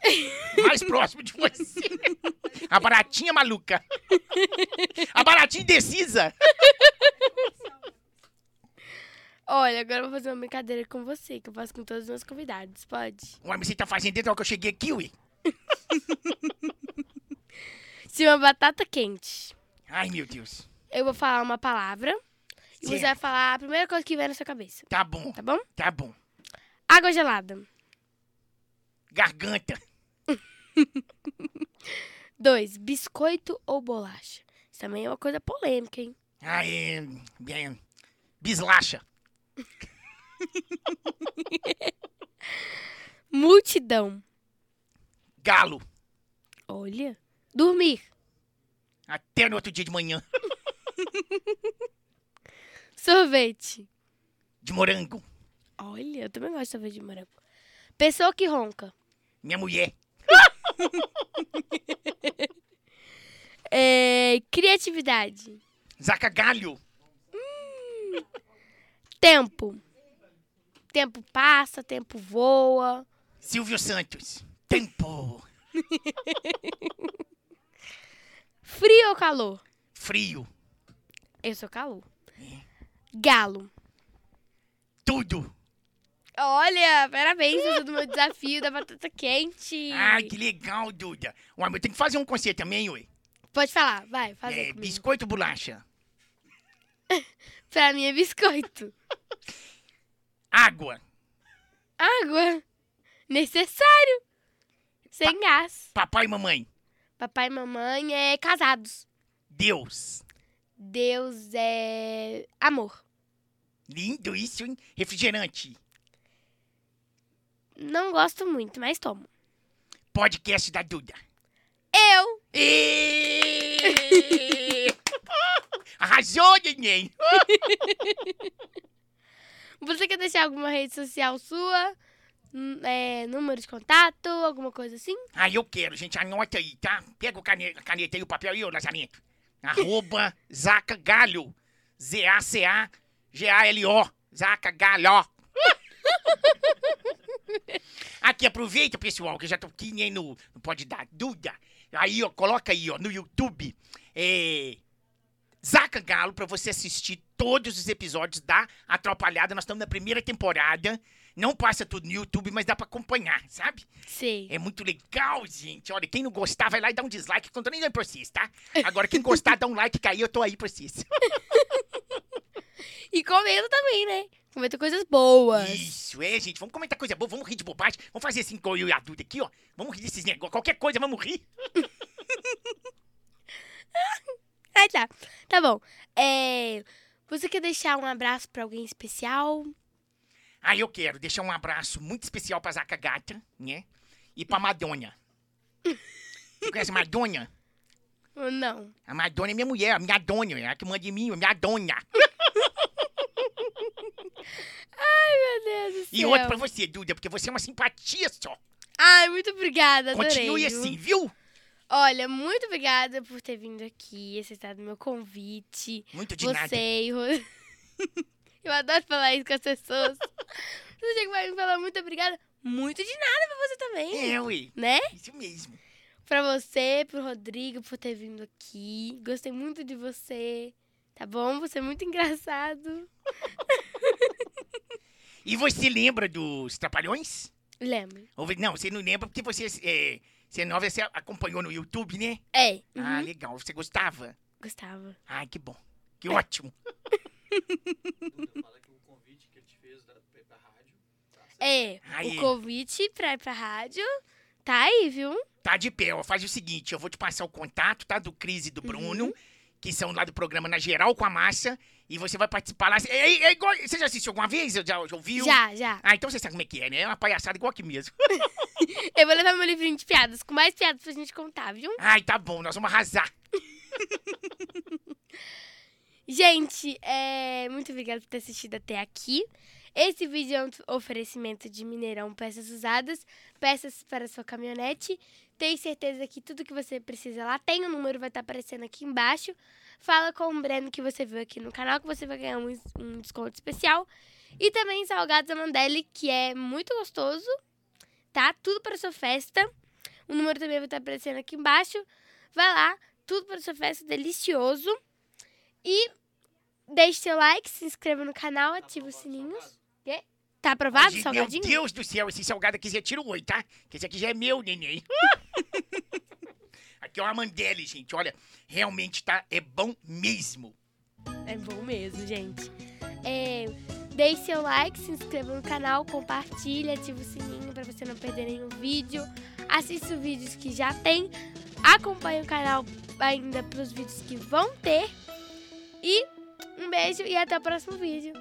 S2: Mais próximo de você. A baratinha maluca. A baratinha indecisa.
S1: Olha, agora eu vou fazer uma brincadeira com você, que eu faço com todos os meus convidados, pode?
S2: Uai, mas você tá fazendo dentro da hora que eu cheguei aqui, ui.
S1: Se uma batata quente,
S2: Ai, meu Deus.
S1: eu vou falar uma palavra e você vai
S2: Certo.
S1: falar a primeira coisa que vier na sua cabeça,
S2: Tá bom,
S1: tá bom?
S2: tá bom.
S1: Água gelada.
S2: Garganta.
S1: Dois, biscoito ou bolacha? Isso também é uma coisa polêmica, hein?
S2: Ai, é, é, bislacha.
S1: Multidão.
S2: Galo.
S1: Olha. Dormir.
S2: Até no outro dia de manhã.
S1: Sorvete.
S2: De morango.
S1: Olha, eu também gosto de sorvete de morango. Pessoa que ronca.
S2: Minha mulher.
S1: É, criatividade.
S2: Zacagalho.
S1: Tempo. Tempo passa, tempo voa.
S2: Silvio Santos. Tempo.
S1: Frio ou calor?
S2: Frio.
S1: Eu sou calor. Galo.
S2: Tudo.
S1: Olha, parabéns, você do meu desafio da batata quente.
S2: Ai, que legal, Duda. Ué, mas eu tenho que fazer um com você também, ué.
S1: Pode falar, vai, fazer
S2: É,
S1: comigo.
S2: biscoito ou bolacha?
S1: Pra mim é biscoito.
S2: Água.
S1: Água. Necessário. Sem gás.
S2: Papai e mamãe.
S1: Papai e mamãe é casados.
S2: Deus.
S1: Deus é amor.
S2: Lindo isso, hein? Refrigerante.
S1: Não gosto muito, mas tomo.
S2: Podcast da Duda.
S1: Eu!
S2: E... Arrasou, neném.
S1: Você quer deixar alguma rede social sua? Hum, é, número de contato, alguma coisa assim?
S2: Aí eu quero, gente. Anota aí, tá? Pega o cane- a caneta, e o papel aí, ô Lazarento. Arroba Zaca Galho. Z-A-C-A-G-A-L-O. Zaca Galho. Aqui, aproveita, pessoal, que eu já tô aqui nem no... Não pode dar dúvida. Aí, ó, coloca aí, ó, no YouTube. É... Zaca Galo pra você assistir todos os episódios da Atrapalhada. Nós estamos na primeira temporada. Não passa tudo no YouTube, mas dá pra acompanhar, sabe?
S1: Sei.
S2: É muito legal, gente. Olha, quem não gostar, vai lá e dá um dislike. que eu Não tô nem dando pra vocês, tá? Agora, quem gostar, dá um like, que aí eu tô aí pra vocês.
S1: E comenta também, né? Comenta coisas boas.
S2: Isso, é, gente. Vamos comentar coisa boa, vamos rir de bobagem. Vamos fazer assim com eu e a Duda aqui, ó. Vamos rir desses negócios. Qualquer coisa, vamos rir.
S1: Ah, tá. Tá bom. É, Você quer deixar um abraço pra alguém especial?
S2: Ah, eu quero deixar um abraço muito especial pra Zaca Gata, né? E pra Madonna. Você conhece a Madonna?
S1: Ou não?
S2: A Madonna é minha mulher, a minha dona, é a que manda em mim, a minha dona.
S1: Meu Deus do
S2: E outro pra você, Duda, porque você é uma simpatia só.
S1: Ai, muito obrigada, adorei.
S2: Continue
S1: viu?
S2: assim, viu?
S1: Olha, muito obrigada por ter vindo aqui, aceitado meu convite.
S2: Muito de nada.
S1: você e Ro- Eu adoro falar isso com as pessoas. Você chega vai me falar muito obrigada. Muito de nada pra você também.
S2: É, ué,
S1: Né?
S2: isso mesmo.
S1: Pra você, pro Rodrigo, por ter vindo aqui. Gostei muito de você. Tá bom? Você é muito engraçado.
S2: E você lembra dos Trapalhões?
S1: Lembre.
S2: Ou, não, você não lembra porque você é, você é nova, você acompanhou no YouTube, né?
S1: É. uhum.
S2: Ah, legal, você gostava?
S1: Gostava.
S2: Ai, que bom. Que
S1: É.
S2: ótimo.
S3: Duda, fala que o convite que ele te fez da, da rádio. Tá certo.
S1: É.
S2: Aí.
S1: O convite pra ir pra rádio tá aí, viu?
S2: Tá de pé, ó. Faz o seguinte, eu vou te passar o contato, tá? Do Cris
S1: Uhum.
S2: e do Bruno, que são lá do programa Na Geral com a Massa. E você vai participar lá. É, é- é igual- Você já assistiu alguma vez? Já, já ouviu?
S1: Já, já.
S2: Ah, então você sabe como é que é, né? É uma palhaçada igual aqui mesmo.
S1: Eu vou levar meu livrinho de piadas, com mais piadas pra gente contar, viu?
S2: Ai, tá bom, nós vamos arrasar.
S1: Gente, é, muito obrigada por ter assistido até aqui. Esse vídeo é um t- oferecimento de Mineirão Peças Usadas, peças para sua caminhonete. Tenho certeza que tudo que você precisa lá tem, o número vai estar aparecendo aqui embaixo. Fala com o Breno que você viu aqui no canal, que você vai ganhar um, es- um desconto especial. E também Salgados Amandelli, que é muito gostoso, tá? Tudo para sua festa. O número também vai estar aparecendo aqui embaixo. Vai lá, tudo para sua festa, delicioso. E deixe seu like, se inscreva no canal,
S3: Tá
S1: ative os
S3: aprovado,
S1: sininhos.
S3: salgado?
S1: Tá aprovado,
S2: Gente,
S1: salgadinho?
S2: Meu Deus do céu, esse salgado aqui já tira o oi, tá? Que esse aqui já é meu, neném. aqui é uma Mandele, gente. Olha, realmente tá, é bom mesmo.
S1: É bom mesmo, gente. É, deixe seu like, se inscreva no canal, compartilha, ativa o sininho pra você não perder nenhum vídeo. Assista os vídeos que já tem, acompanhe o canal ainda pros vídeos que vão ter. E um beijo e até o próximo vídeo.